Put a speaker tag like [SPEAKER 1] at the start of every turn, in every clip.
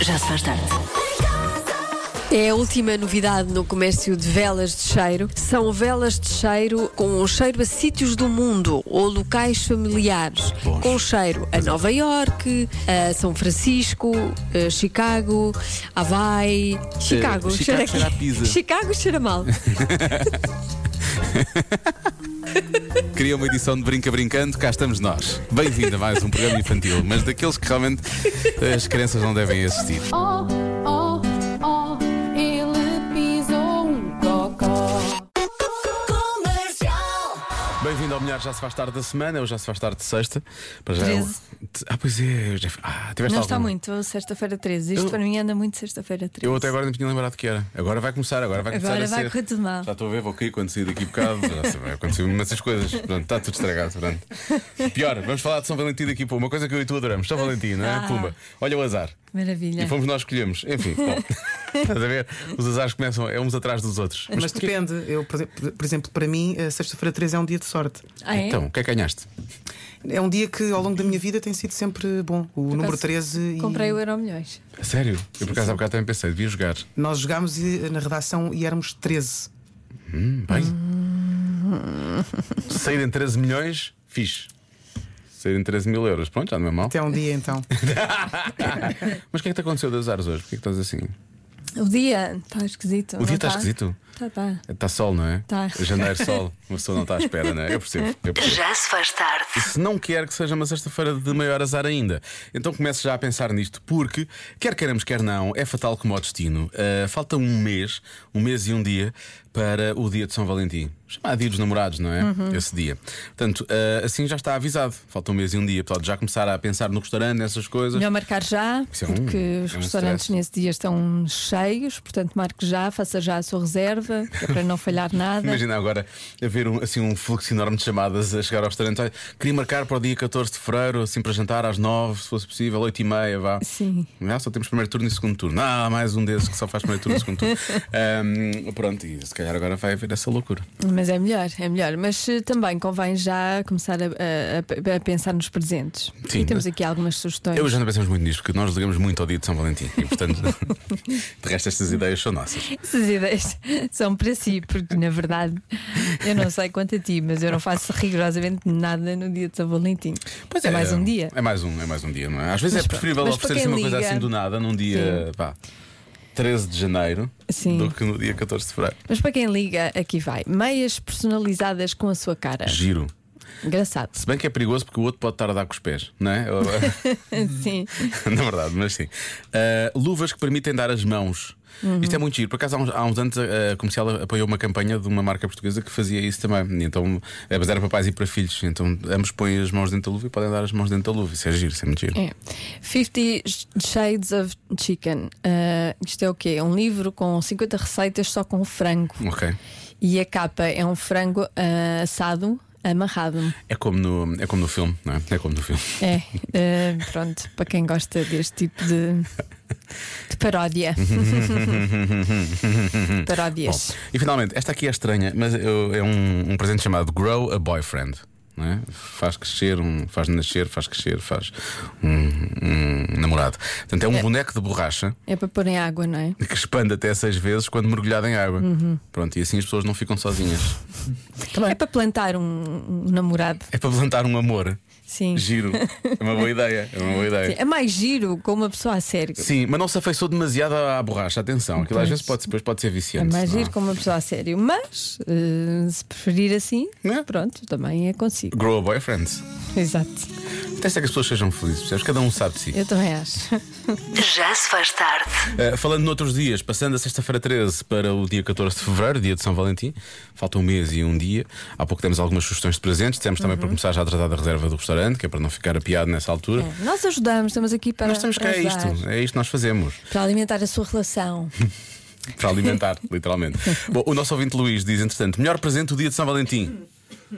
[SPEAKER 1] Já se faz tarde.
[SPEAKER 2] É a última novidade no comércio de velas de cheiro. São velas de cheiro com um cheiro a sítios do mundo ou locais familiares.
[SPEAKER 3] Bons.
[SPEAKER 2] Com cheiro a Nova York, a São Francisco, a Chicago, Hawaii. Chicago,
[SPEAKER 3] Eh, Chicago
[SPEAKER 2] aqui.
[SPEAKER 3] cheira a pizza.
[SPEAKER 2] Chicago cheira mal.
[SPEAKER 3] Cria uma edição de Brinca Brincando, cá estamos nós. Bem-vindo a mais um programa infantil, mas daqueles que realmente eh, as crianças não devem assistir.
[SPEAKER 4] Oh, oh, oh, ele pisou um cocó.
[SPEAKER 3] Bem-vindo ao Melhor Já Se Faz Tarde da Semana, ou Já Se Faz Tarde de Sexta. Para já é um-
[SPEAKER 5] Treze.
[SPEAKER 3] Ah, pois é, eu já... ah, tiveste
[SPEAKER 5] Não está
[SPEAKER 3] algum?
[SPEAKER 5] muito, sexta-feira 13. Isto
[SPEAKER 3] Eu-
[SPEAKER 5] para mim anda muito sexta-feira 13.
[SPEAKER 3] Eu até agora não tinha lembrado que era. Agora vai começar, agora vai começar
[SPEAKER 5] Agora
[SPEAKER 3] a
[SPEAKER 5] vai
[SPEAKER 3] ser.
[SPEAKER 5] correr tudo mal.
[SPEAKER 3] Já estou a ver, vou cair quando sair daqui a bocado. Já sei, vai acontecer imensas coisas. Pronto, está tudo estragado. Pronto. Pior, vamos falar de São Valentim daqui para uma coisa que eu e tu adoramos. São Valentim, não é?
[SPEAKER 5] Ah.
[SPEAKER 3] Pumba. Olha o azar.
[SPEAKER 5] Maravilha.
[SPEAKER 3] E fomos nós que escolhemos. Enfim, bom. Estás a ver? Os azares começam é uns atrás dos outros.
[SPEAKER 6] Mas depende. Eu, por, exe- por exemplo, para mim, a sexta-feira 13 é um dia de sorte.
[SPEAKER 5] Ah, é?
[SPEAKER 3] Então, o que é que ganhaste?
[SPEAKER 6] É um dia que ao longo da minha vida tem sido sempre bom. O número
[SPEAKER 5] acaso,
[SPEAKER 6] 13
[SPEAKER 5] Comprei
[SPEAKER 6] e
[SPEAKER 5] o Euro Milhões.
[SPEAKER 3] A sério? Eu por acaso há bocado também pensei, devia jogar.
[SPEAKER 6] nós jogámos e, na redação e éramos 13.
[SPEAKER 3] Bem. Saírem 13 milhões, fixe. Saírem 13 mil euros, pronto, já não é mal.
[SPEAKER 6] Até um dia então.
[SPEAKER 3] Mas o que é que te aconteceu de azares hoje? Porquê que estás assim?
[SPEAKER 5] O dia está esquisito. tá?
[SPEAKER 3] O dia está esquisito.
[SPEAKER 5] Está, está.
[SPEAKER 3] Está sol, não é?
[SPEAKER 5] Tá.
[SPEAKER 3] Janeiro, sol. Uma pessoa não está à espera, não é? Eu percebo. Eu percebo.
[SPEAKER 1] Já se faz tarde.
[SPEAKER 3] Se não quer que seja uma sexta-feira de maior azar ainda, então comece já a pensar nisto, porque, quer queremos, quer não, é fatal como o destino. Ah, falta um mês, um mês e um dia, para o dia de São Valentim. Chamado Dia dos Namorados, não é? Esse dia. Portanto, ah, assim já está avisado. Falta um mês e um dia, portanto, já começar a pensar no restaurante, nessas coisas.
[SPEAKER 5] Melhor marcar já,
[SPEAKER 3] Isso é um-
[SPEAKER 5] porque
[SPEAKER 3] é um
[SPEAKER 5] os restaurantes
[SPEAKER 3] stress.
[SPEAKER 5] nesse dia estão cheios, portanto marque já, faça já a sua reserva, que é para não falhar nada.
[SPEAKER 3] Imagina agora haver um, assim, um fluxo enorme de chamadas a chegar ao restaurante. Olha, queria marcar para o dia 14 de fevereiro, assim para jantar às 9, se fosse possível, 8 e meia, vá.
[SPEAKER 5] Sim.
[SPEAKER 3] Ah, só temos primeiro turno e segundo turno. Ah, mais um desses que só faz primeiro turno e segundo turno. Ahm, pronto, e se calhar agora vai haver essa loucura.
[SPEAKER 5] Mas é melhor, é melhor. Mas eh, também convém já começar a, a- a- a pensar nos presentes.
[SPEAKER 3] Sim.
[SPEAKER 5] E temos aqui algumas sugestões.
[SPEAKER 3] Eu e já não pensamos muito nisto, porque nós ligamos muito ao dia de São Valentim. E portanto, de resto, estas ideias são nossas.
[SPEAKER 5] Essas ideias são para si, porque na verdade eu não sei quanto a ti, mas eu não faço rigorosamente nada no dia de São Valentim.
[SPEAKER 3] Pois
[SPEAKER 5] é, mais um dia.
[SPEAKER 3] É mais um, é mais um dia, não é? Às vezes
[SPEAKER 5] Mas
[SPEAKER 3] é
[SPEAKER 5] pronto,
[SPEAKER 3] preferível
[SPEAKER 5] mas para
[SPEAKER 3] oferecer-se
[SPEAKER 5] quem
[SPEAKER 3] uma coisa
[SPEAKER 5] liga-
[SPEAKER 3] assim do nada, num dia, pá, 13 de janeiro,
[SPEAKER 5] Sim.
[SPEAKER 3] do que no dia 14 de fevereiro.
[SPEAKER 5] Mas para quem liga, aqui vai. Meias personalizadas com a sua cara.
[SPEAKER 3] Giro.
[SPEAKER 5] Engraçado.
[SPEAKER 3] Se bem que é perigoso porque o outro pode estar a dar com os pés, não é?
[SPEAKER 5] Sim.
[SPEAKER 3] Na verdade, mas sim. Ah, luvas que permitem dar as mãos. Isto é muito giro. Por acaso, há uns, há uns anos ah, a, a comercial apoiou uma campanha de uma marca portuguesa que fazia isso também. E Então, é, mas era para pais e para filhos. Então, ambos põem as mãos dentro da luva e podem dar as mãos dentro da luva. Isso é giro, isso é muito giro.
[SPEAKER 5] É. Fifty Shades of Chicken. Ah, isto é o quê? É um livro com 50 receitas só com frango.
[SPEAKER 3] Ok.
[SPEAKER 5] E a capa é um frango ah, assado, amarrado.
[SPEAKER 3] É como, no, é como no filme, não é? É como no filme.
[SPEAKER 5] É, eh, pronto, para quem gosta deste tipo de, de paródia. Paródias.
[SPEAKER 3] E finalmente, esta aqui é estranha, mas eu- é um, um presente chamado Grow a Boyfriend. não é? Faz crescer, um, faz nascer, faz crescer, faz um, um namorado. Portanto, é um boneco de borracha
[SPEAKER 5] É para pôr em água, não é?
[SPEAKER 3] que expande até seis vezes quando mergulhado em água.
[SPEAKER 5] Uhum.
[SPEAKER 3] Pronto, e assim as pessoas não ficam sozinhas.
[SPEAKER 5] É para plantar um, um namorado.
[SPEAKER 3] É para plantar um amor.
[SPEAKER 5] Sim.
[SPEAKER 3] Giro. É uma boa ideia. É uma boa
[SPEAKER 5] Sim,
[SPEAKER 3] ideia.
[SPEAKER 5] É mais giro com uma pessoa a sério.
[SPEAKER 3] Sim, mas não se afeiçou demasiado à à borracha. Atenção, aquilo às
[SPEAKER 5] Pois.
[SPEAKER 3] vezes pode, depois pode ser
[SPEAKER 5] É
[SPEAKER 3] viciante.
[SPEAKER 5] mais
[SPEAKER 3] não é?
[SPEAKER 5] giro com uma pessoa a sério. Mas eh, se preferir assim,
[SPEAKER 3] É.
[SPEAKER 5] pronto, também é consigo.
[SPEAKER 3] Grow a Boyfriend.
[SPEAKER 5] Exato.
[SPEAKER 3] Testa que as pessoas sejam felizes, percebes? Cada um sabe de si.
[SPEAKER 5] Eu também acho.
[SPEAKER 1] Já se faz tarde.
[SPEAKER 3] Uh, falando noutros dias, passando a sexta-feira 13 para o dia 14 de fevereiro, dia de São Valentim, falta um mês e um dia. Há pouco temos algumas sugestões de presentes, temos também
[SPEAKER 5] Uhum.
[SPEAKER 3] para começar já a tratar da reserva do restaurante, que é para não ficar apiado nessa altura.
[SPEAKER 5] Nós ajudamos, estamos aqui para.
[SPEAKER 3] Nós estamos cá,
[SPEAKER 5] É. para
[SPEAKER 3] é
[SPEAKER 5] ajudar,
[SPEAKER 3] isto, é isto que nós fazemos,
[SPEAKER 5] Para alimentar a sua relação.
[SPEAKER 3] para alimentar, literalmente. Bom, o nosso ouvinte Luís diz, entretanto, melhor presente o dia de São Valentim: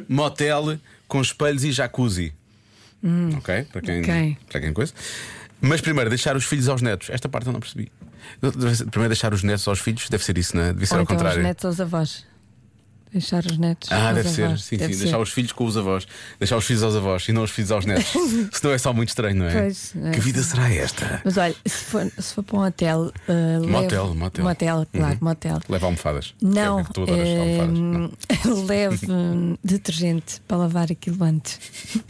[SPEAKER 3] motel com espelhos e jacuzzi. Ok? Para quem,
[SPEAKER 5] Hum. Ok.
[SPEAKER 3] Para quem coisa. Mas primeiro, deixar os filhos aos netos. Esta parte eu não percebi. Deve ser- Primeiro, deixar os netos aos filhos, deve ser isso, não é? Devia ser
[SPEAKER 5] Ou
[SPEAKER 3] ao
[SPEAKER 5] então os
[SPEAKER 3] contrário.
[SPEAKER 5] netos aos avós. Deixar os netos.
[SPEAKER 3] Ah,
[SPEAKER 5] aos
[SPEAKER 3] deve ser,
[SPEAKER 5] avós.
[SPEAKER 3] sim,
[SPEAKER 5] Deve
[SPEAKER 3] sim.
[SPEAKER 5] ser.
[SPEAKER 3] Deixar os filhos com os avós, deixar os filhos aos avós e não os filhos aos netos. Senão é só muito estranho, não é?
[SPEAKER 5] Pois, é.
[SPEAKER 3] Que vida será esta?
[SPEAKER 5] Mas olha, se for, se for para um hotel. uh,
[SPEAKER 3] Motel,
[SPEAKER 5] levo-
[SPEAKER 3] motel.
[SPEAKER 5] Motel, claro, motel.
[SPEAKER 3] Leva almofadas.
[SPEAKER 5] Não,
[SPEAKER 3] É, tu adoras
[SPEAKER 5] eh,
[SPEAKER 3] almofadas. Não.
[SPEAKER 5] leve hum, detergente para lavar aquilo antes.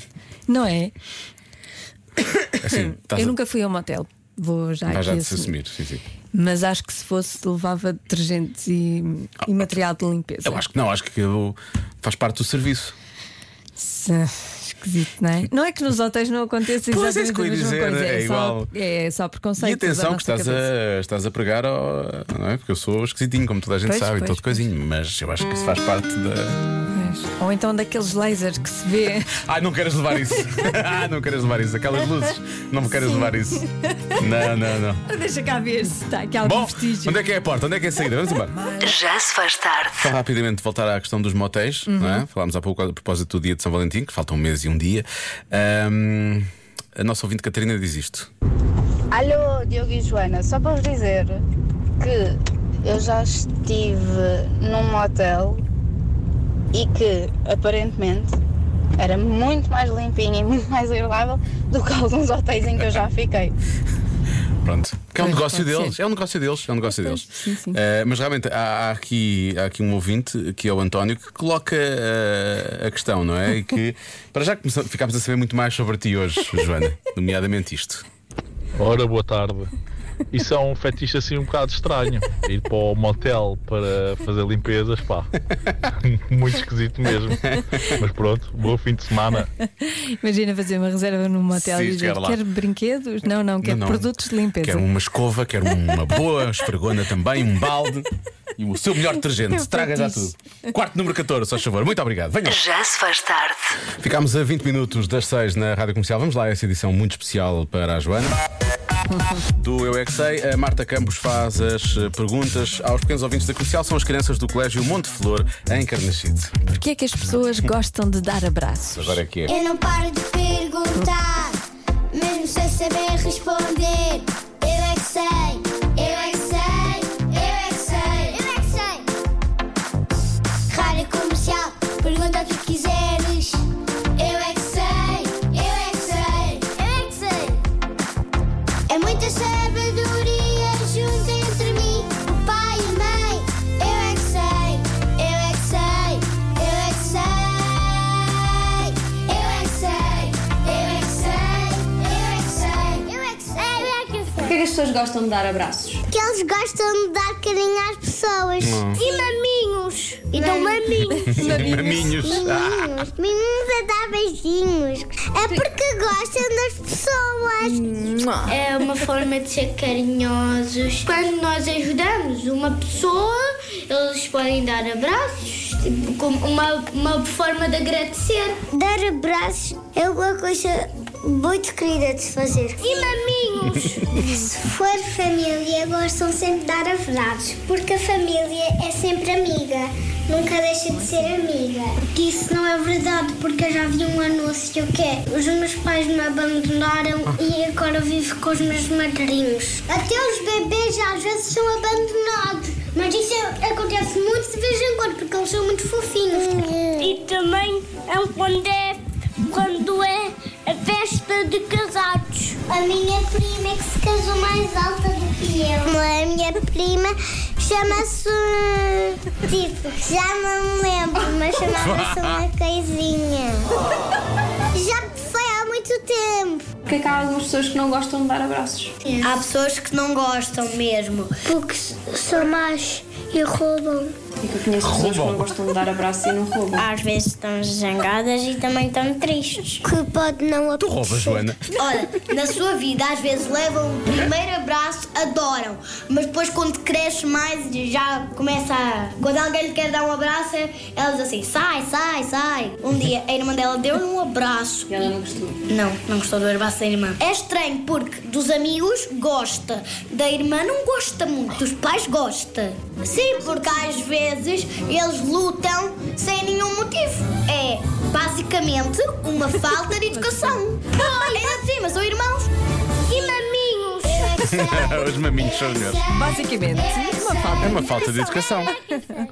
[SPEAKER 5] Não é?
[SPEAKER 3] Assim, estás
[SPEAKER 5] Eu
[SPEAKER 3] a-
[SPEAKER 5] nunca fui ao motel. Vou já
[SPEAKER 3] Vais
[SPEAKER 5] aqui
[SPEAKER 3] já de se
[SPEAKER 5] assumir.
[SPEAKER 3] assumir, sim, sim.
[SPEAKER 5] Mas acho que se fosse, levava detergentes e, e material de limpeza.
[SPEAKER 3] Ah, Eu acho que não, acho que eu- faz parte do serviço.
[SPEAKER 5] Se- Esquisito, não é? Não é que nos hotéis não aconteça
[SPEAKER 3] Pois,
[SPEAKER 5] exatamente
[SPEAKER 3] é isso que eu
[SPEAKER 5] a
[SPEAKER 3] ia
[SPEAKER 5] mesma
[SPEAKER 3] dizer,
[SPEAKER 5] coisa.
[SPEAKER 3] é
[SPEAKER 5] só-
[SPEAKER 3] igual.
[SPEAKER 5] é só preconceito.
[SPEAKER 3] E atenção
[SPEAKER 5] da
[SPEAKER 3] que
[SPEAKER 5] nossa
[SPEAKER 3] estás
[SPEAKER 5] cabeça.
[SPEAKER 3] a, estás a pregar ao, não é? Porque eu sou esquisitinho, como toda a gente
[SPEAKER 5] Pois,
[SPEAKER 3] sabe, e
[SPEAKER 5] pois,
[SPEAKER 3] todo coisinho, mas eu acho que isso faz parte da.
[SPEAKER 5] Pois. Ou então daqueles lasers que se vê.
[SPEAKER 3] Ai, não queres levar isso! ah, não queres levar isso, aquelas luzes, não me queres levar isso. Não, não, não.
[SPEAKER 5] Deixa cá ver se está aqui algum
[SPEAKER 3] Bom,
[SPEAKER 5] um vestígio.
[SPEAKER 3] onde é que é a porta? Onde é que é a saída? Vamos embora.
[SPEAKER 1] Já se faz tarde.
[SPEAKER 3] Só rapidamente voltar à questão dos motéis, não
[SPEAKER 5] Uhum.
[SPEAKER 3] é? Falámos há pouco a propósito do dia de São Valentim, que falta um mês e um dia. Ahm, a nossa ouvinte Catarina diz isto.
[SPEAKER 7] Alô, Diogo e Joana, só para vos dizer que eu já estive num motel e que aparentemente era muito mais limpinho e muito mais agradável do que alguns hotéis em que eu já fiquei.
[SPEAKER 3] Pronto. Que é um
[SPEAKER 5] Pois,
[SPEAKER 3] negócio
[SPEAKER 5] pode
[SPEAKER 3] deles.
[SPEAKER 5] ser.
[SPEAKER 3] É um negócio deles. É um negócio deles.
[SPEAKER 5] sim, sim.
[SPEAKER 3] Eh, mas realmente há, há aqui, há aqui um ouvinte, que é o António, que coloca eh, a questão, não é? E que para já começou- ficámos a saber muito mais sobre ti hoje, Joana. Nomeadamente isto.
[SPEAKER 8] Ora, boa tarde. Isso é um fetiche assim um bocado estranho. Ir para o motel para fazer limpezas, pá. Muito esquisito mesmo. Mas pronto, bom fim de semana.
[SPEAKER 5] Imagina fazer uma reserva num motel
[SPEAKER 3] Sim,
[SPEAKER 5] e dizer:
[SPEAKER 3] chegar lá.
[SPEAKER 5] quer brinquedos? Não, não, quer
[SPEAKER 3] Não, não.
[SPEAKER 5] produtos de limpeza.
[SPEAKER 3] Quero um. uma escova, quero uma boa esfregona também, um balde e o seu melhor detergente. Traga já tudo. Quarto número 14, só favor. Muito obrigado. Venha.
[SPEAKER 1] Já se faz tarde.
[SPEAKER 3] Ficámos a 20 minutos das 6 na Rádio Comercial. Vamos lá a essa edição muito especial para a Joana. Do Eu é Que Sei, a Marta Campos faz as eh, perguntas aos pequenos ouvintes da comercial. São as crianças do Colégio Monte Flor, em Carnachide.
[SPEAKER 5] Porquê é que as pessoas gostam de dar abraços?
[SPEAKER 3] Agora é que é.
[SPEAKER 9] Eu não paro de perguntar, mesmo sem saber responder. Eu é que sei, eu é que sei, eu é que sei, eu é que sei. Rádio comercial, pergunta o que quiseres. Eu é que sei, eu é que sei, eu é que sei. É muita sabedoria junto entre mim, o pai e a mãe. Eu é que sei, eu é que sei, eu é que sei. Eu é que sei, eu é que sei, eu é que sei, eu é que sei, eu é que sei.
[SPEAKER 10] Porquê que as pessoas gostam de dar abraços?
[SPEAKER 9] Que eles gostam de dar carinho às pessoas. E maminhos. E dão maminhos.
[SPEAKER 3] Maminhos. Ah,
[SPEAKER 9] Maminhos. Maminhos a é dar beijinhos. É porque gostam das pessoas. É uma forma de ser carinhosos. Quando nós ajudamos uma pessoa, eles podem dar abraços. Tipo, como uma, uma forma de agradecer. Dar abraços é uma coisa muito querida de se fazer. E maminhos. se for família, gostam sempre de dar abraços. Porque a família é sempre amiga nunca deixa de ser amiga. Porque isso não é verdade, porque eu já vi um anúncio que é os meus pais me abandonaram e agora vivo com os meus madrinhos. Até os bebês às vezes são abandonados. Mas isso é, acontece muito de vez em quando, porque eles são muito fofinhos. E também é quando é, quando é a festa de casados. A minha prima é que se casou mais alta do que eu. é? A minha prima chama-se. Tipo, já não me lembro, mas chamava-se uma coisinha. Já foi há muito tempo.
[SPEAKER 10] Porquê é que há algumas pessoas que não gostam de dar abraços?
[SPEAKER 9] Há pessoas que não gostam mesmo. Porque são más e roubam.
[SPEAKER 10] Porque eu conheço pessoas que não gostam de dar abraços e não roubam.
[SPEAKER 9] Às vezes estão zangadas e também estão tristes. Que pode não
[SPEAKER 3] tu roubas, Joana.
[SPEAKER 9] Olha, na sua vida às vezes levam o primeiro abraço, adoram, mas depois quando cresce mais já começa a... Quando alguém lhe quer dar um abraço, elas assim, sai, sai, sai. Um dia a irmã dela deu-lhe um abraço.
[SPEAKER 10] E ela não gostou.
[SPEAKER 9] Não, não gostou do abraço da irmã. É estranho porque dos amigos gosta, da irmã não gosta muito, dos pais gosta. Sim, porque às vezes eles lutam sem nenhum motivo. É basicamente assim, uma falta de educação. Ainda por cima, são irmãos. E maminhos. Eu é que
[SPEAKER 3] Os maminhos são os melhores.
[SPEAKER 5] Basicamente, uma falta.
[SPEAKER 3] É uma falta de educação.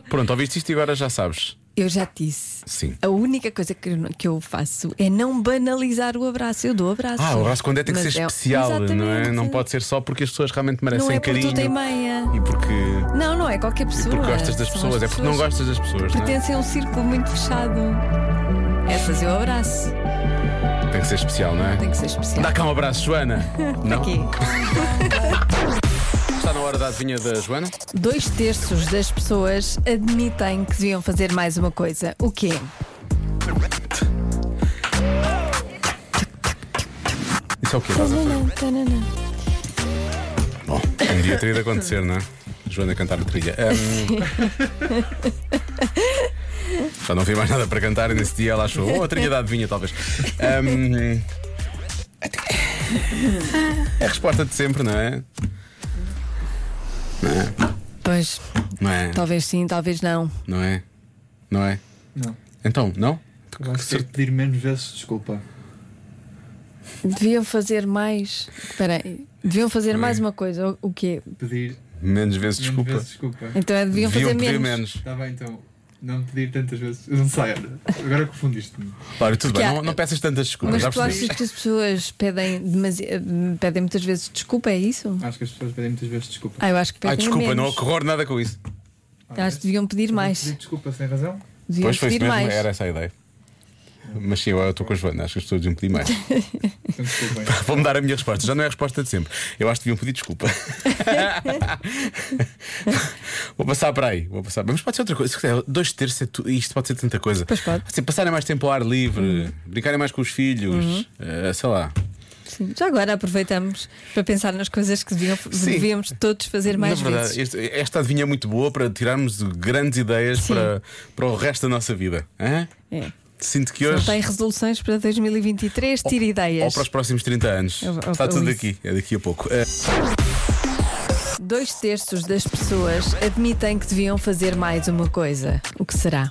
[SPEAKER 3] Pronto, ouviste isto e agora já sabes.
[SPEAKER 5] Eu já te disse.
[SPEAKER 3] Sim.
[SPEAKER 5] A única coisa que eu, não- que eu faço é não banalizar o abraço. Eu dou abraço.
[SPEAKER 3] Ah, o abraço quando é tem que
[SPEAKER 5] Mas
[SPEAKER 3] ser
[SPEAKER 5] é-
[SPEAKER 3] especial, não é?
[SPEAKER 5] Exatamente.
[SPEAKER 3] Não pode ser só porque as pessoas realmente merecem
[SPEAKER 5] Não é porque
[SPEAKER 3] carinho.
[SPEAKER 5] tu tem meia.
[SPEAKER 3] E porque,
[SPEAKER 5] Não, não é qualquer pessoa.
[SPEAKER 3] porque gostas das
[SPEAKER 5] São
[SPEAKER 3] pessoas,
[SPEAKER 5] as
[SPEAKER 3] é porque não gostas das pessoas, não é?
[SPEAKER 5] Pertencem a um círculo muito fechado. Essas eu abraço.
[SPEAKER 3] Tem que ser especial, não é?
[SPEAKER 5] Tem que ser especial.
[SPEAKER 3] Dá cá um abraço, Joana. Não?
[SPEAKER 5] Aqui.
[SPEAKER 3] Está na hora da adivinha da Joana?
[SPEAKER 5] Dois terços das pessoas admitem que deviam fazer mais uma coisa. O quê?
[SPEAKER 3] Isso é o quê? Estás a fazer? Bom, um dia teria de acontecer, não é? Joana cantar a trilha. Ahm. Já não vi mais nada para cantar e nesse dia ela achou. Ou a trilha da adivinha, talvez. Ahm. É a resposta de sempre, não é? Não é?
[SPEAKER 5] Pois,
[SPEAKER 3] Não é?
[SPEAKER 5] talvez sim, talvez não.
[SPEAKER 3] Não é? Não é?
[SPEAKER 11] Não.
[SPEAKER 3] Então, não?
[SPEAKER 11] Vais ter de pedir menos vezes desculpa.
[SPEAKER 5] Deviam fazer mais. Espera aí. Deviam fazer mais uma coisa. O, o quê?
[SPEAKER 11] Pedir
[SPEAKER 3] Menos vezes
[SPEAKER 11] menos
[SPEAKER 3] desculpa.
[SPEAKER 11] vezes desculpa.
[SPEAKER 5] Então é, deviam,
[SPEAKER 3] Deviam
[SPEAKER 5] fazer menos.
[SPEAKER 3] pedir menos.
[SPEAKER 11] Está bem então. Não pedir tantas vezes. Não sei, olha, agora confundiste-me.
[SPEAKER 3] Claro, tudo
[SPEAKER 5] Porque
[SPEAKER 3] bem,
[SPEAKER 5] há-
[SPEAKER 3] não, não peças tantas desculpas.
[SPEAKER 5] Mas
[SPEAKER 3] já
[SPEAKER 5] tu
[SPEAKER 3] percebi.
[SPEAKER 5] achas que as pessoas pedem, demasi... pedem muitas vezes desculpa, é isso?
[SPEAKER 11] Acho que as pessoas pedem muitas vezes desculpa.
[SPEAKER 5] Ah, eu acho que pedem
[SPEAKER 3] Ai, desculpa, não
[SPEAKER 5] menos.
[SPEAKER 3] ocorreu nada com isso.
[SPEAKER 5] Eu Acho que deviam pedir mais.
[SPEAKER 11] Pedir desculpa sem razão?
[SPEAKER 5] Deviam
[SPEAKER 3] pois foi isso
[SPEAKER 5] pedir
[SPEAKER 3] mesmo,
[SPEAKER 5] mais.
[SPEAKER 3] era essa a ideia. Mas sim, eu estou com a Joana, acho que as pessoas deviam pedir mais.
[SPEAKER 11] Então desculpem.
[SPEAKER 3] Vou mudar a minha resposta, já não é a resposta de sempre. Eu acho que deviam pedir desculpa. vou passar para aí, vou passar. Mas pode ser outra coisa, se quiser, dois terços, é tu- isto pode ser tanta coisa.
[SPEAKER 5] Pois pode.
[SPEAKER 3] Assim, passarem mais tempo ao ar livre, brincarem mais com os filhos,
[SPEAKER 5] Uhum.
[SPEAKER 3] eh, sei lá.
[SPEAKER 5] Sim. Já agora aproveitamos para pensar nas coisas que deviam-
[SPEAKER 3] Sim.
[SPEAKER 5] devíamos todos fazer mais
[SPEAKER 3] Na verdade,
[SPEAKER 5] vezes.
[SPEAKER 3] este- esta adivinha é muito boa para tirarmos grandes ideias
[SPEAKER 5] Sim.
[SPEAKER 3] para, para o resto da nossa vida. hã?
[SPEAKER 5] É.
[SPEAKER 3] Sinto que
[SPEAKER 5] Se
[SPEAKER 3] hoje.
[SPEAKER 5] não tem resoluções para 2023, tira
[SPEAKER 3] Ou
[SPEAKER 5] ideias.
[SPEAKER 3] para os próximos 30 anos.
[SPEAKER 5] Eu- eu-
[SPEAKER 3] Está
[SPEAKER 5] eu isso.
[SPEAKER 3] tudo aqui, é daqui a pouco. Eh,
[SPEAKER 5] Dois terços das pessoas admitem que deviam fazer mais uma coisa. O que será?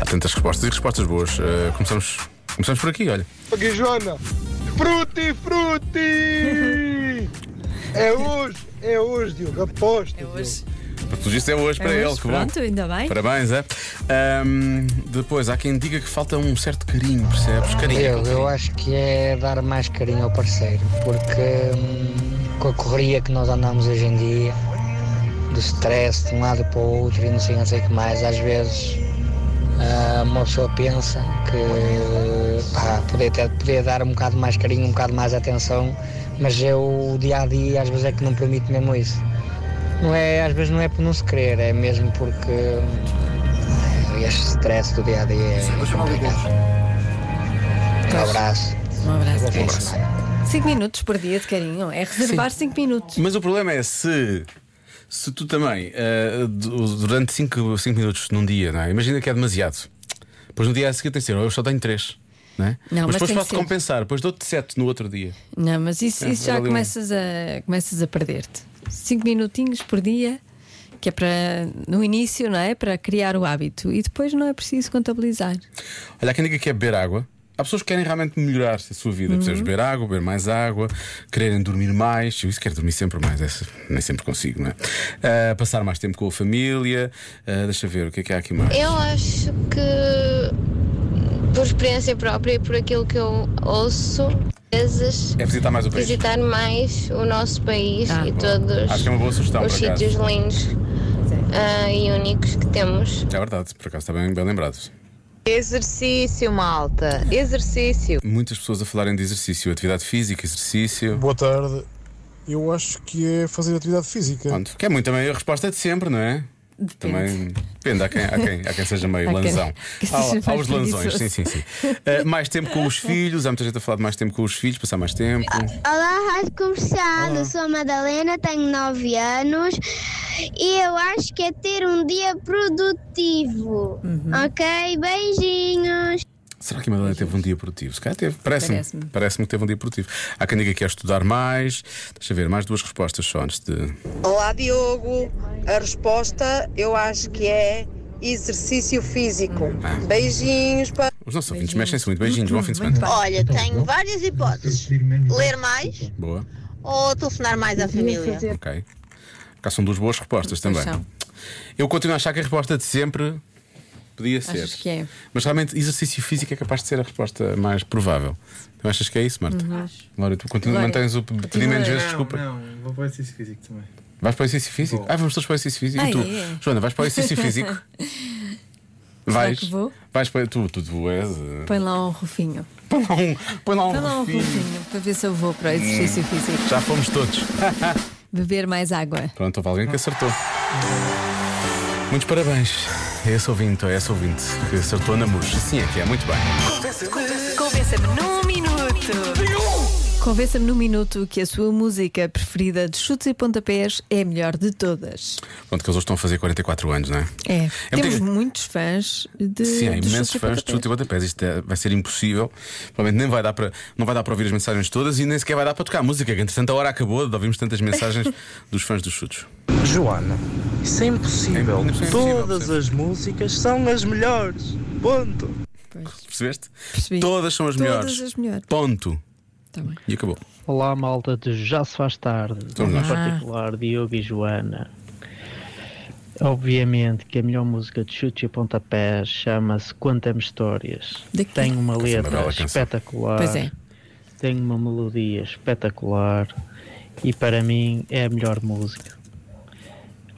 [SPEAKER 3] há tantas respostas e respostas boas. Eh, começamos, começamos por aqui, olha.
[SPEAKER 12] Aqui, Joana. Fruti, fruti! É hoje, é hoje, Diogo, aposto. É hoje.
[SPEAKER 3] Tudo isto é hoje para
[SPEAKER 5] É
[SPEAKER 3] ele,
[SPEAKER 5] hoje,
[SPEAKER 3] que bom.
[SPEAKER 5] Pronto, ainda bem.
[SPEAKER 3] Parabéns, é? Ahm, depois, há quem diga que falta um certo carinho, percebes? Carinho.
[SPEAKER 13] Eu, eu acho que é dar mais carinho ao parceiro, porque hum, com a correria que nós andamos hoje em dia, do stress de um lado para o outro e não sei, não sei o que mais, às vezes ah, uma pessoa pensa que pá, poder, ter, poder dar um bocado mais carinho, um bocado mais atenção, mas é o dia a dia, às vezes é que não permite mesmo isso. Não é, às vezes não é por não se querer, é mesmo porque hum, este stress do dia a dia é complicado. Um abraço.
[SPEAKER 5] Um abraço.
[SPEAKER 13] Bom fim de semana.
[SPEAKER 5] Cinco minutos por dia de carinho. É reservar cinco minutos.
[SPEAKER 3] Mas o problema é se. Se tu também, eh, du- durante 5 minutos num dia, não é? imagina que é demasiado. Depois no dia a seguir tens de ser, "Oh, eu só tenho 3. Não é?
[SPEAKER 5] Não, mas
[SPEAKER 3] mas depois
[SPEAKER 5] tem que
[SPEAKER 3] posso
[SPEAKER 5] ser.
[SPEAKER 3] compensar, depois dou-te 7 no outro dia.
[SPEAKER 5] Não, mas isso,
[SPEAKER 3] É,
[SPEAKER 5] isso já
[SPEAKER 3] ali um-
[SPEAKER 5] começas a, começas a perder-te. Cinco minutinhos por dia, que é para no início, não é? Para criar o hábito. E depois não é preciso contabilizar.
[SPEAKER 3] Olha, há quem diga que é beber água. Há pessoas que querem realmente melhorar a sua vida.
[SPEAKER 14] Uhum.
[SPEAKER 3] Precisas beber água, beber mais água, quererem dormir mais. Eu isso quero dormir sempre mais, essa nem sempre consigo, não é? Ah, passar mais tempo com a família. Ah, deixa eu ver o que é que há aqui mais.
[SPEAKER 14] Eu acho que, por experiência própria e por aquilo que eu ouço, vezes
[SPEAKER 3] É visitar mais o país.
[SPEAKER 14] visitar mais o nosso país
[SPEAKER 3] Ah,
[SPEAKER 14] e
[SPEAKER 3] boa.
[SPEAKER 14] todos
[SPEAKER 3] Acho que é uma boa sugestão,
[SPEAKER 14] os
[SPEAKER 3] por acaso.
[SPEAKER 14] sítios lindos
[SPEAKER 7] é.
[SPEAKER 14] ah, e únicos que temos.
[SPEAKER 3] É verdade, por acaso está bem, bem lembrado.
[SPEAKER 15] Exercício, malta. Exercício.
[SPEAKER 3] Muitas pessoas a falarem de exercício, atividade física, exercício.
[SPEAKER 16] Boa tarde. Eu acho que é fazer atividade física.
[SPEAKER 3] Pronto, que é muito também a resposta de sempre, não é? Também depende, há quem, há quem, há quem seja meio
[SPEAKER 16] Há quem-
[SPEAKER 3] lanzão.
[SPEAKER 16] quem
[SPEAKER 3] Há-
[SPEAKER 16] seja
[SPEAKER 3] há,
[SPEAKER 16] mais
[SPEAKER 3] os lanzões, sim,
[SPEAKER 16] preguiçoso.
[SPEAKER 3] sim, sim. Ah, mais tempo com os filhos, há muita gente a falar de mais tempo com os filhos, passar mais tempo.
[SPEAKER 17] Olá, Rádio Comercial.
[SPEAKER 3] Olá.
[SPEAKER 17] Eu sou a Madalena, tenho 9 anos e eu acho que é ter um dia produtivo.
[SPEAKER 5] Uhum.
[SPEAKER 17] Ok? Beijinhos.
[SPEAKER 3] Será que a Madalena teve um dia produtivo? Se calhar teve, parece-me.
[SPEAKER 17] Parece-me.
[SPEAKER 3] Parece-me que teve um dia produtivo. Há quem diga que é estudar mais. Deixa eu ver, mais duas respostas só antes de.
[SPEAKER 18] Olá Diogo, a resposta eu acho que é exercício físico. Beijinhos para.
[SPEAKER 3] Os nossos ouvintes mexem-se muito. Beijinhos, bom fim de semana.
[SPEAKER 18] Olha,
[SPEAKER 3] tenho
[SPEAKER 18] várias hipóteses.
[SPEAKER 17] Ler mais
[SPEAKER 3] Boa.
[SPEAKER 19] ou telefonar mais à família?
[SPEAKER 3] Ok. Cá são duas boas respostas também.
[SPEAKER 19] são.
[SPEAKER 3] Eu continuo a achar que a resposta de sempre podia ser.
[SPEAKER 5] Achas que é?
[SPEAKER 3] Mas realmente, exercício físico é capaz de ser a resposta mais provável. Tu achas que é isso, Marta?
[SPEAKER 20] Uhum.
[SPEAKER 3] Laura, tu continuas,
[SPEAKER 20] Laura,
[SPEAKER 3] mantens o
[SPEAKER 20] continua.
[SPEAKER 3] pedido menos vezes, desculpa.
[SPEAKER 20] Não, não, vou para o exercício físico também.
[SPEAKER 3] Vais para o exercício físico? Ah, vamos todos para o exercício físico.
[SPEAKER 20] Ah,
[SPEAKER 3] e tu,
[SPEAKER 20] é, é.
[SPEAKER 3] Joana, vais para o exercício físico? vais.
[SPEAKER 5] que vou?
[SPEAKER 3] Vais para. Tu, tu, tu és. eh,
[SPEAKER 5] Põe lá um rufinho.
[SPEAKER 3] Põe lá um, põe lá um
[SPEAKER 5] rufinho. para ver se eu vou para o
[SPEAKER 3] Hum.
[SPEAKER 5] exercício físico.
[SPEAKER 3] Já fomos todos.
[SPEAKER 5] Beber mais água.
[SPEAKER 3] Pronto, houve alguém que acertou. Muitos parabéns a esse ouvinte, a esse ouvinte que acertou na MUS. Sim, é que é, muito bem.
[SPEAKER 21] Convença-me num minuto.
[SPEAKER 5] Convença-me num minuto que a sua música preferida de chutes e pontapés é a melhor de todas.
[SPEAKER 3] Pronto, que eles hoje estão a fazer 44 anos, não é?
[SPEAKER 5] É. Temos
[SPEAKER 3] muito-
[SPEAKER 5] muitos fãs de.
[SPEAKER 3] Sim, há
[SPEAKER 5] de
[SPEAKER 3] imensos
[SPEAKER 5] chutes e
[SPEAKER 3] fãs de
[SPEAKER 5] pontapés.
[SPEAKER 3] chute e pontapés. Isto é- vai ser impossível. Provavelmente nem vai dar para, não vai dar para ouvir as mensagens todas e nem sequer vai dar para tocar a música, que entretanto a hora acabou de ouvirmos tantas mensagens dos fãs dos chutes.
[SPEAKER 22] Joana, isso é impossível. Todas as músicas são as melhores. Ponto.
[SPEAKER 3] Percebeste? Todas são as
[SPEAKER 22] Todas
[SPEAKER 3] melhores.
[SPEAKER 22] as melhores.
[SPEAKER 3] Ponto.
[SPEAKER 5] Tá
[SPEAKER 3] E acabou. Então,
[SPEAKER 23] Olá, malta de Já Se Faz Tarde,
[SPEAKER 3] Estamos
[SPEAKER 23] em
[SPEAKER 3] nós.
[SPEAKER 23] particular Diogo e Joana. Obviamente que a melhor música de chutes e pontapés chama-se Quantas Histórias.
[SPEAKER 5] Daqui.
[SPEAKER 23] Tem uma
[SPEAKER 5] Essa é uma
[SPEAKER 23] letra
[SPEAKER 5] bela canção.
[SPEAKER 23] espetacular,
[SPEAKER 5] Pois é.
[SPEAKER 23] tem uma melodia espetacular e para mim é a melhor música.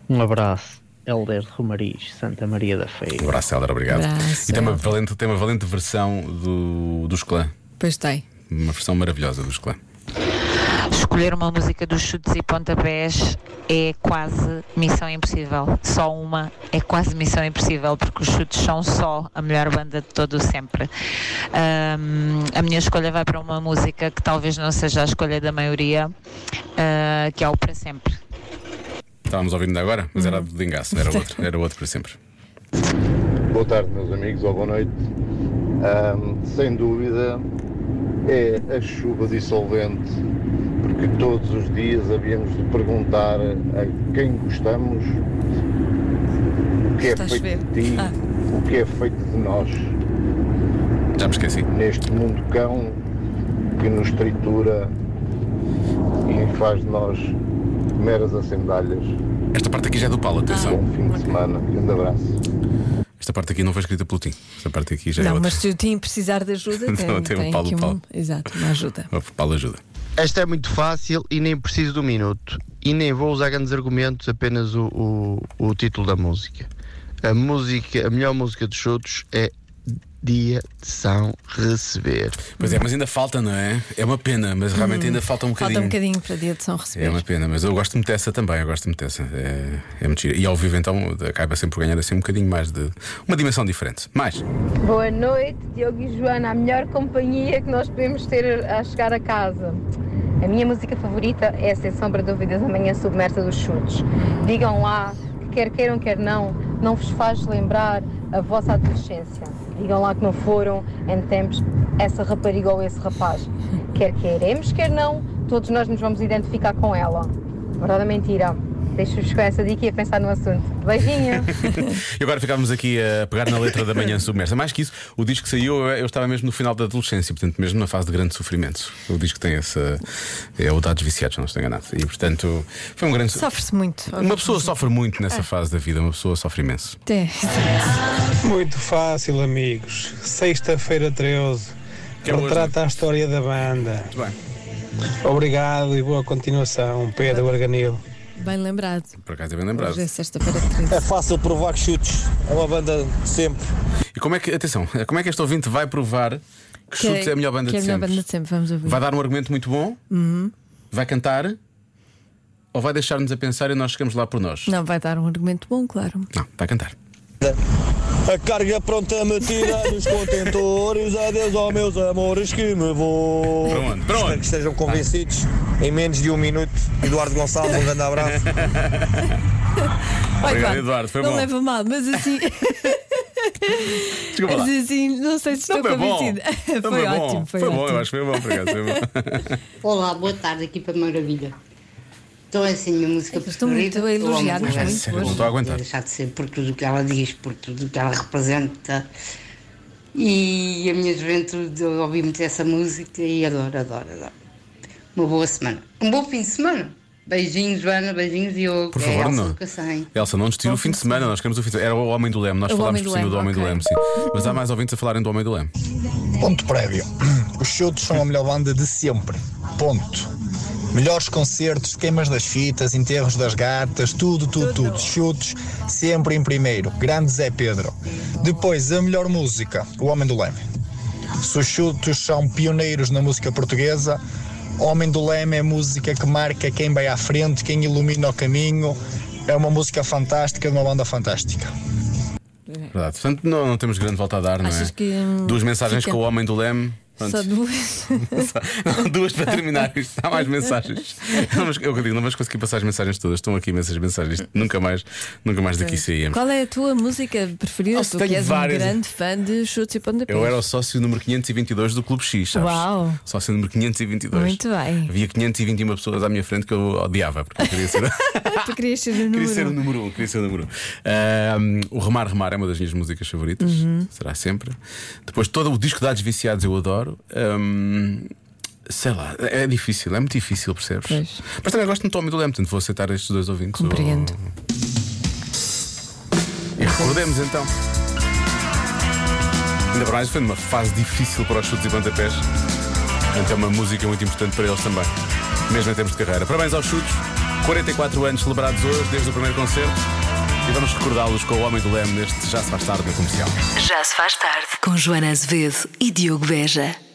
[SPEAKER 23] Um abraço, Helder Romariz, Santa Maria da Feira.
[SPEAKER 3] Um abraço, Helder, obrigado.
[SPEAKER 23] Abraço.
[SPEAKER 3] E tem uma valente, tem uma valente versão do, dos clã.
[SPEAKER 5] Pois tem.
[SPEAKER 3] Uma versão maravilhosa dos clã.
[SPEAKER 24] Escolher uma música dos chutes e pontapés é quase missão impossível. Só uma é quase missão impossível, porque os chutes são só a melhor banda de todo o sempre. Ahm, a minha escolha vai para uma música que talvez não seja a escolha da maioria, ah, que é o Para Sempre.
[SPEAKER 3] Estávamos ouvindo ainda agora, mas era do Dingaço, não era outro, era outro para sempre.
[SPEAKER 1] Boa tarde, meus amigos, ou boa noite. Ahm, sem dúvida, é a chuva dissolvente, porque todos os dias havíamos de perguntar a quem gostamos o que é
[SPEAKER 25] Estás
[SPEAKER 1] feito
[SPEAKER 25] vendo?
[SPEAKER 1] de ti,
[SPEAKER 25] Ah.
[SPEAKER 1] o que é feito de nós.
[SPEAKER 3] Já me esqueci.
[SPEAKER 1] Neste mundo cão que nos tritura e faz de nós meras acendalhas.
[SPEAKER 3] Esta parte aqui já é do Paulo, atenção.
[SPEAKER 1] Bom fim de semana, grande abraço.
[SPEAKER 3] Esta parte aqui não foi escrita pelo Tim. Esta parte aqui já é
[SPEAKER 5] Não,
[SPEAKER 3] outra.
[SPEAKER 5] mas se o Tim precisar de ajuda, tem,
[SPEAKER 3] Não, tem o
[SPEAKER 5] tem
[SPEAKER 1] Paulo
[SPEAKER 5] aqui um-
[SPEAKER 1] Paulo.
[SPEAKER 5] Exato, uma ajuda.
[SPEAKER 3] O Paulo ajuda.
[SPEAKER 22] Esta é muito fácil e nem preciso do minuto. E nem vou usar grandes argumentos, apenas o, o, o título da música. A música, a melhor música dos chutos é Dia de São Receber.
[SPEAKER 3] Pois é, mas ainda falta, não é? É uma pena, mas realmente ainda falta um bocadinho.
[SPEAKER 5] Falta um bocadinho para dia de São Receber.
[SPEAKER 3] É uma pena, mas eu gosto muito dessa também, eu gosto muito dessa. É, é muito gira. E ao vivo então acaba sempre por ganhar assim um bocadinho mais de. uma dimensão diferente. Mais.
[SPEAKER 26] Boa noite, Diogo e Joana, a melhor companhia que nós podemos ter a chegar a casa. A minha música favorita é, sem sombra de dúvidas, a Manhã Submersa dos Chutes. Digam lá, que quer queiram, quer não, não vos faz lembrar a vossa adolescência. Digam lá que não foram, em tempos, essa rapariga ou esse rapaz. Quer queremos, quer não, todos nós nos vamos identificar com ela. Verdade ou mentira? Deixo-vos com essa dica e a pensar no assunto. Beijinho!
[SPEAKER 3] E agora ficávamos aqui a pegar na letra da manhã submersa. Mais que isso, o disco que saiu, eu eu estava mesmo no final da adolescência, portanto, mesmo na fase de grande sofrimento. O disco tem essa. É o Dados Viciados, se não estou enganado. E portanto, foi um grande.
[SPEAKER 5] Sofre-se muito.
[SPEAKER 3] Uma pessoa sofre muito nessa
[SPEAKER 5] É.
[SPEAKER 3] fase da vida, uma pessoa sofre imenso.
[SPEAKER 5] Até.
[SPEAKER 11] Muito fácil, amigos. Sexta-feira 13.
[SPEAKER 3] Que é hoje,
[SPEAKER 11] retrata a história da banda. Obrigado e boa continuação, Pedro Arganil.
[SPEAKER 5] Bem lembrado.
[SPEAKER 3] Por acaso é bem lembrado.
[SPEAKER 5] Hoje é sexta-feira 13.
[SPEAKER 11] É fácil provar que chutes. É uma banda sempre.
[SPEAKER 3] E como é que, atenção, como é que este ouvinte vai provar que, Chutes é a melhor banda
[SPEAKER 5] que
[SPEAKER 3] de
[SPEAKER 5] é a
[SPEAKER 3] sempre?
[SPEAKER 5] melhor banda de sempre, vamos ouvir.
[SPEAKER 3] Vai dar um argumento muito bom?
[SPEAKER 5] Uhum.
[SPEAKER 3] Vai cantar? Ou vai deixar-nos a pensar e nós chegamos lá por nós?
[SPEAKER 5] Não, vai dar um argumento bom, claro.
[SPEAKER 3] Não, vai cantar.
[SPEAKER 11] A carga é pronta me tira dos contentores. Adeus, ó meus amores, que me vou.
[SPEAKER 3] Pronto, pronto.
[SPEAKER 11] Espero que estejam convencidos. Em menos de um minuto, Eduardo Gonçalves, um grande abraço.
[SPEAKER 5] Vai,
[SPEAKER 11] Obrigado,
[SPEAKER 5] vai.
[SPEAKER 11] Eduardo, foi
[SPEAKER 5] não
[SPEAKER 11] bom.
[SPEAKER 5] leva mal, mas assim.
[SPEAKER 3] Desculpa lá.
[SPEAKER 5] mas assim, não sei se estou
[SPEAKER 3] foi bom.
[SPEAKER 5] convencida.
[SPEAKER 3] Não,
[SPEAKER 5] Foi
[SPEAKER 3] bom.
[SPEAKER 5] ótimo, foi,
[SPEAKER 3] Foi bom,
[SPEAKER 5] ótimo.
[SPEAKER 3] eu acho que foi bom, por acaso. Foi bom.
[SPEAKER 9] Olá, boa tarde, aqui para Maravilha. Então, é assim, a minha música
[SPEAKER 5] estou muito
[SPEAKER 9] preferida.
[SPEAKER 5] a elogiar,
[SPEAKER 9] Amo
[SPEAKER 5] mas
[SPEAKER 9] Joana.
[SPEAKER 5] muito Sério, hoje. não estou a aguentar.
[SPEAKER 9] Não vou deixar de ser por tudo o que ela diz, por tudo o que ela representa. E a minha juventude, eu ouvi muito essa música e adoro, adoro, adoro.
[SPEAKER 27] uma boa semana. Um bom fim de semana. Beijinhos, Joana, beijinhos, Diogo.
[SPEAKER 3] Por favor,
[SPEAKER 27] é, Elsa
[SPEAKER 3] não.
[SPEAKER 27] do Cacém.
[SPEAKER 3] Elsa, não nos tire o fim de semana, nós queremos o fim de semana. Era o Homem do Leme, nós
[SPEAKER 27] O
[SPEAKER 3] falámos
[SPEAKER 27] Homem
[SPEAKER 3] por
[SPEAKER 27] do
[SPEAKER 3] cima
[SPEAKER 27] Leme,
[SPEAKER 3] do Homem do
[SPEAKER 27] ok.
[SPEAKER 3] Leme, sim. Mas há mais ouvintes a falarem do Homem do Leme.
[SPEAKER 1] Ponto prévio. Os chutes são a melhor banda de sempre. Ponto. Melhores concertos, queimas das fitas, enterros das gatas, tudo, tudo, tudo. Chutes, sempre em primeiro. Grande Zé Pedro. Depois, a melhor música, O Homem do Leme. Se os chutos são pioneiros na música portuguesa, Homem do Leme é música que marca quem vai à frente, quem ilumina o caminho. É uma música fantástica de uma banda fantástica.
[SPEAKER 3] Verdade. Portanto, não, não temos grande volta a dar, não
[SPEAKER 5] Achas
[SPEAKER 3] é?
[SPEAKER 5] que, hum,
[SPEAKER 3] Duas mensagens
[SPEAKER 5] fica-
[SPEAKER 3] com o Homem do Leme. Pronto.
[SPEAKER 5] Só duas.
[SPEAKER 3] Duas para terminar isto. Há mais mensagens. Não, mas eu digo, não vamos conseguir passar as mensagens todas. Estão aqui imensas mensagens. Nunca mais, nunca mais daqui saíamos.
[SPEAKER 5] Qual é a tua música preferida? tu
[SPEAKER 3] tenho
[SPEAKER 5] que és
[SPEAKER 3] várias.
[SPEAKER 5] um grande fã de chutes e pontapés.
[SPEAKER 3] Eu era o sócio número 522 do Clube X, sabes?
[SPEAKER 5] é? Uau.
[SPEAKER 3] Sócio número 522.
[SPEAKER 5] Muito bem.
[SPEAKER 3] Havia 521 pessoas à minha frente que eu odiava, porque eu queria ser.
[SPEAKER 5] Ah, tu querias ser o número.
[SPEAKER 3] Queria ser o número um, queria ser o número um. Ahm, o Remar Remar é uma das minhas músicas favoritas,
[SPEAKER 5] Uhum.
[SPEAKER 3] será sempre. Depois todo o disco de Dados Viciados eu adoro. Ahm, sei lá, é difícil, é muito difícil, percebes? Mas também gosto muito do Homem do Leme, portanto vou aceitar estes dois ouvintes.
[SPEAKER 5] Compreendo.
[SPEAKER 3] E recordemos então. Ainda para mais foi numa fase difícil para os chutes e pontapés. Portanto, é uma música muito importante para eles também, mesmo em termos de carreira. Parabéns aos chutes, 44 anos celebrados hoje, desde o primeiro concerto. E vamos recordá-los com o Homem do Leme neste Já Se Faz Tarde na Comercial.
[SPEAKER 4] Já se faz tarde com Joana Azevedo e Diogo Beja.